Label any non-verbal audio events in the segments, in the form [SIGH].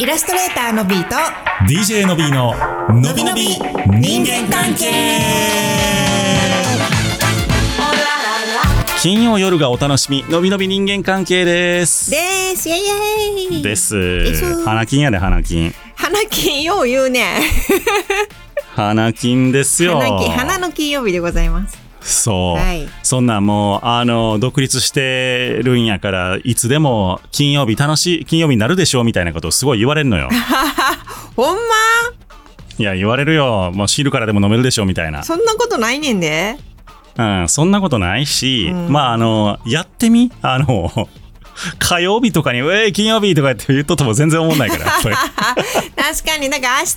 イラストレーターのビーと DJ の B ののびのび人間関係金曜夜がお楽しみのびのび人間関係ですですイエイイエイですす花金やで花金花金曜言うね花金ですよ花金花の金曜日でございますそう、はいそんなんもうあの独立してるんやからいつでも金曜日楽しい金曜日になるでしょうみたいなことをすごい言われる [LAUGHS] のよほんまいや言われるよもう昼からでも飲めるでしょうみたいなそんなことないねんで [LAUGHS] うん、そんなことないし、うんまああのやってみあの [LAUGHS] 火曜日とかに「えー、金曜日」とかって言っとっても全然思んないからや [LAUGHS] っぱりあ確かになんか明日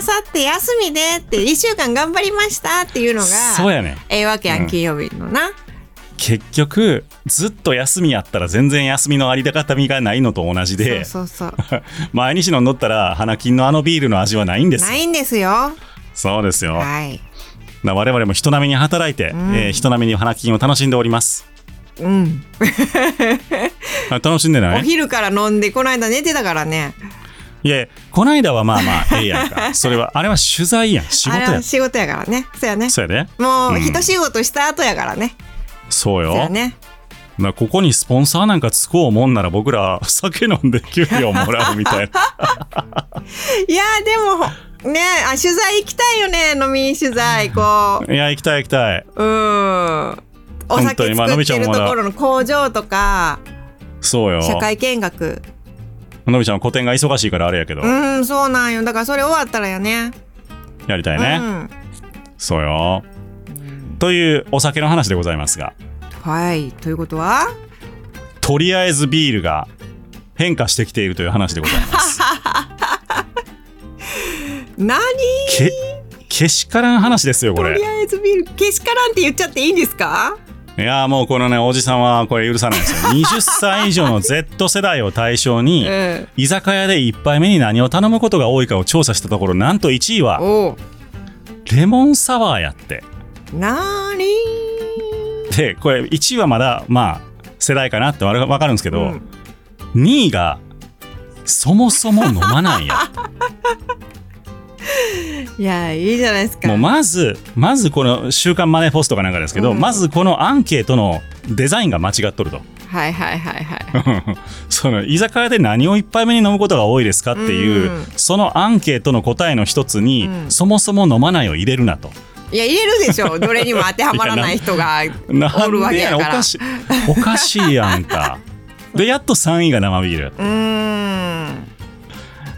明後日休みでって1週間頑張りましたっていうのがそうやねんええわけやん、うん金曜日のな結局ずっと休みやったら全然休みのありがたみがないのと同じでそうそうそう毎日飲んどったら花金のあのビールの味はないんですないんですよそうですよ、はいな我々も人並みに働いて、んえー人並みに花金を楽しんでおりますうんあ楽しんでなおい昼から飲んでこの間寝てたからねいやいやこないだはまあまあええやんかそれはあれは取材やん仕事あれやはん仕事やからねそうやねそうやでもう、うん一仕事した後やからね。そそうようやね。まあ、ここにスポンサーなんかつこうもんなら僕ら酒飲んで給料もらうみた [LAUGHS] いないやー、でも、ねあ、取材行きたいよね、飲み取材、こ。いや行きたい行きたいううーん。お本酒当にまあ作飲みっちゃてんるもとまだころの工場とか、そうよ社会見学。のびちゃんは個展が忙しいからあれやけど、うん、そうなんよ。だからそれ終わったらやね。やりたいね、そうよというお酒の話でございますがうん。はい。ということはとりあえずビールが変化してきているという話でございます [LAUGHS] 何けけしからん話ですよことりれあえずビール、けしからんって言っちゃっていいんですかいやもうこのねおじさんはこれ許さないですよ [LAUGHS] 20歳以上の Z 世代を対象うに、ん。居酒屋で1杯目に何を頼むことが多いかを調査したところなんと1位はおう。レモンサワーやってなーにでこれ1位はまだまあ世代かなってわかわかるんですけど、うん2位がそもそも飲まな [LAUGHS] いやいや、いいじゃないですか。もうまずまずこの「週刊マネフォス」とかなんかですけど、うんまずこのアンケートのデザインが間違っとるとはいはいはいはい。その居酒屋で何を1杯目に飲むことが多いですかっていう、うんそのアンケートの答えの一つに、うんそもそも飲まないを入れるなと。いや入れるで [LAUGHS] しょどれにも当てはまらない人がなおるんわけでややかねんおらかしいおかしいや [LAUGHS] んかでやっと3位が生ビールうーん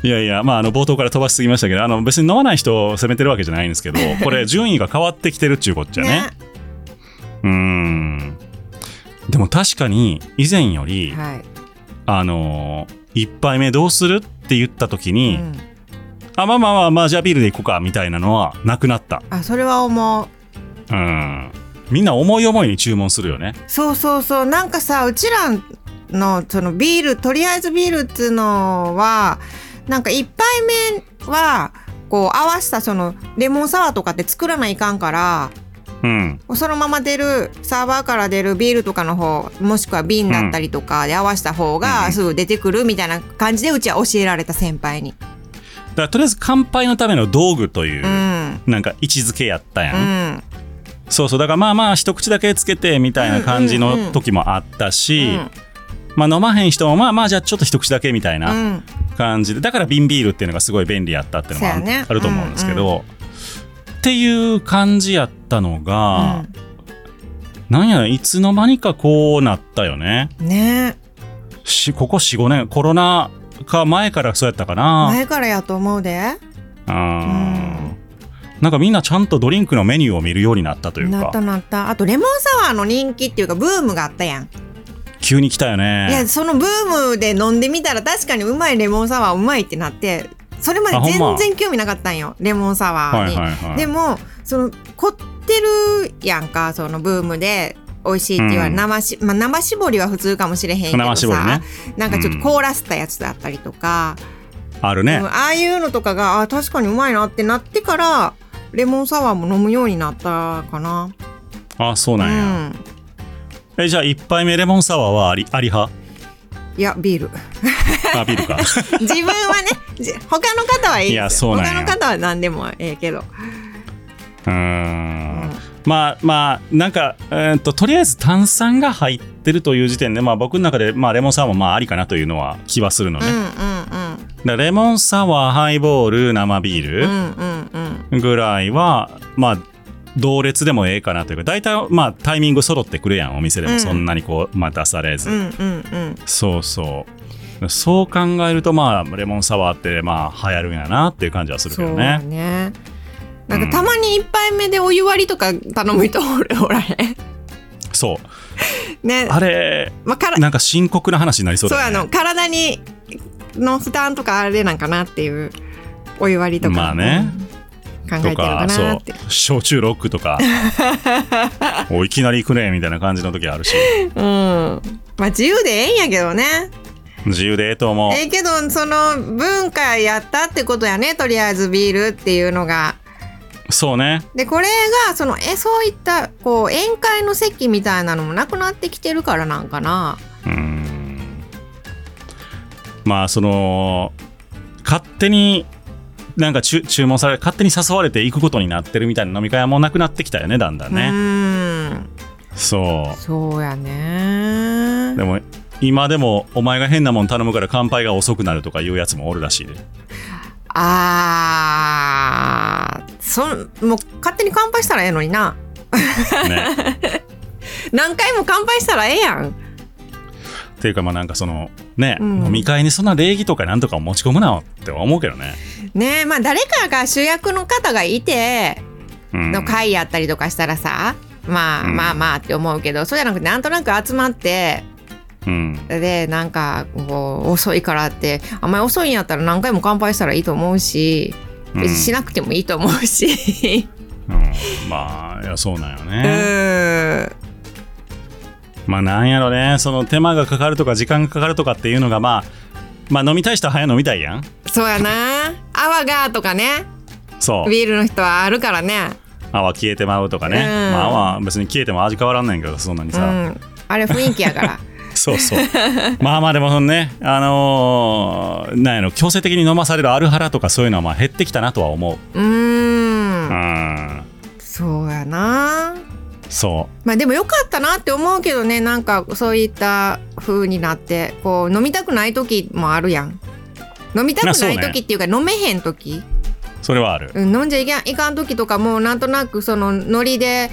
いやいやまああの冒頭から飛ばしすぎましたけどあの別に飲まない人を責めてるわけじゃないんです [LAUGHS] けどこれ順位が変わってきてるっちゅうこっちゃねうーんでも確かに以前より、はい、あの1杯目どうするって言った時うに、ん、あまあまあまあまあじゃあビールで行こうかみたいなのはなくなったあそれは思ううんみんな思い思いに注文するよねそうそうそうなんかさうちらのそのビールとりあえずビールっていうのはなんか一杯目はこう合わせたそのレモンサワーとかって作らないかんからうんそのまま出るサーバーから出るビールとかの方もしくは瓶だったりとかで合わせた方うんうがんすぐ出てくるみたいな感じでうちは教えられた先輩に。だからとりあえず乾杯のための道具という、うんなんか位置づけやったやん、うんそうそうだからまあまあ一口だけつけてみたいな感じうんうんうのん時もあったし、うんまあ飲まへん人もまあまあじゃあちょっと一口だけみたいなうん感じでだから瓶ビールっていうのがすごい便利やったっていうのもあ,、そうやねると思うんですけど、っていう感じやったのが、なんやいつの間にかこうなったよねうんねしここ45年コロナ禍前からそうやったかえな前からやと思うでうんんなんかみんなちゃんとドリンクのメニューを見るようになったというなかったなったあとレモンサワーの人気っていうかブームがあったやん、急に来たよねいやそのブームで飲んでみたら確かにうまいレモンサワーうまいってなってそれまであほんま全然興味なかったんよレモンサワーはに、いはいはい、でもその凝ってるやんかそのブームで美味しいって言われる、うん生しまあ、生搾りは普通かもしれへんけどさ、生絞りねなんかちょっと凍らせたやつだったりとか、あるね、うんああいうのとかがあ確かにうまいなってなってからレモンサワーも飲むようになったかな。あそううなんや、ん、えじゃあ1杯目 [LAUGHS] レモンサワーはありあり派いやビールあビールか自分はねじ他の方はいいですよいやそうなんよ他の方は何でもええけど、うーんまあまあなんか、えーっととりあえず炭酸が入ってるという時点で、まあ、僕の中で、まあ、レモンサワーもまあありかなというのは気はするのうんね、うんだからレモンサワーハイボール生ビうんうーんうんうんルぐらいは、まあ同列でもええかなというか大体まあタイミング揃ってくるやんお店でうもんそんなにこう、まあ、出されず、うんうんうんそうそうそう考えるとまあレモンサワーってまあ流行るんやなっていう感じはするけそどうねだねなんかたまに一杯目でお湯割りとか頼む人おるおらへんそうねあれまあ、からなんか深刻な話になりそそううだよやねの体にの負担とかあれなんかなっていうお湯割りとか、まあねうん考えてとるかかそなうって焼酎ロック [LAUGHS] とかおいきなり行くねみたいな感じの時あるしうんまあ自由でええんやけどね自由でええと思うええけどその文化やったってことやねとりあえずビールっていうのがそうねでこれがそのえそういったこう宴会の席みたいなのもなくなってきてるからなんかなうーんまあその勝手になんか注注文され勝手に誘われて行くことになってるみたいな飲み会はもうなくなってきたよねだんだんうねーんそそうやねうでも今でもお前が変なもん頼むから乾杯が遅くなるとかいうやつもおるらしいであーそもう勝手に乾杯したらええのにな [LAUGHS] ね何回も乾杯したらええやんっていうかまあなんかそのね、うん飲み会にそんな礼儀とかなんとかを持ち込むなって思うけどね、ねえまあ誰かが主役の方がいてうんの会やったりとかしたらさ、まあうんまあまあって思うけどそうじゃなくてなんとなく集まってうんでなんかこう遅いからってあんまり遅いんやったら何回も乾杯したらいいと思うしうん別にしなくてもいいと思うし、うんまあいやそうなんようね、ーんまあなんやろねその手間がかかるとか時間がかかるとかっていうのがまあまあ飲みたい人は早飲みたいやんそうやな泡がとかねそうビールの人はあるからね泡消えてまうとかね、うんまあ泡は別に消えても味変わらんないけどそんなにうさ、んあれ雰囲気や [LAUGHS] からそうそうまあまあでもそのねあのーなんやろ強制的に飲まされるアルハラとかそういうのはまあ減ってきたなとは思ううーうんんそうやなそまあでもよかったなって思うけどねなんかそういった風になってこう飲みたくない時もあるやん飲みたまあくそうなねい時っていうか飲めへん時、うそれはあるうん、飲んじゃいけんいかん時とかもうなんとなくそのノリで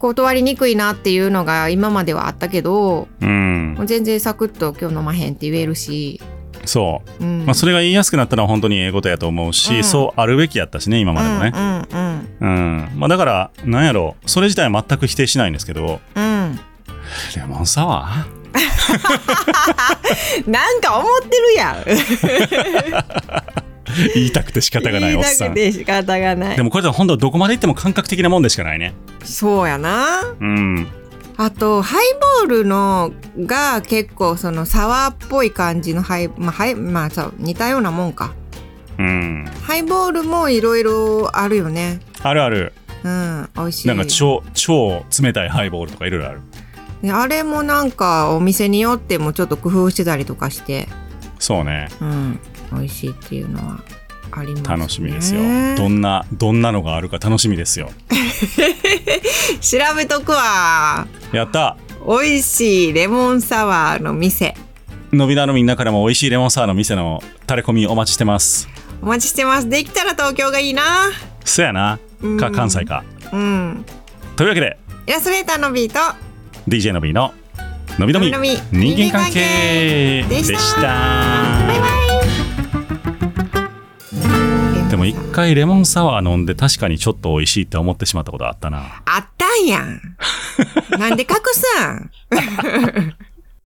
断りにくいなっていうのが今まではあったけどうんもう全然サクッと今日飲まへんって言えるし、そううん、まあ、それが言いやすくなったのは本当にええことやと思うし、うんそうあるべきやったしね今までもね、うんうんうんまあ、だからなんやろそれ自体は全く否定しないんですけどうん、 [LAUGHS] うんレモンサワーなんか思ってるやん。言いたくて仕方がないおっさ言いたくんでて仕方がない。もこれでも本当どこまで行っても感覚的なもんでしかないねそうやな。うんあと、ハイボールのが結構そのサワーっぽい感じのハイ、まあ、ハイ、まあそう、似たようなもんか。うんハイボールもいろいろあるよね。あるあるうん、美味しい。なんか超超冷たいハイボールとかいろいろあるねあれもなんかお店によってもちょっと工夫してたりとかして、そうねうん、美味しいっていうのはあります、ね。楽しみですよ、ど調んなどんなのがあるか楽しみですよべとくわ。やった美味しいレモンサワーの店。のびだのみんなからも美味しいレモンサワーの店のタレコミお待ちしてますお待ちしてます。できたら東京がいいな。そやなうんか関西かうん。というわけでイラストレーターのビート。 DJ のびののびのびのびのび人間関係ででしたしたバイバイ。でも一回レモンサワー飲んで確かにちょっと美味しいって思ってしまったことあったなあったんやん。なんで隠すん。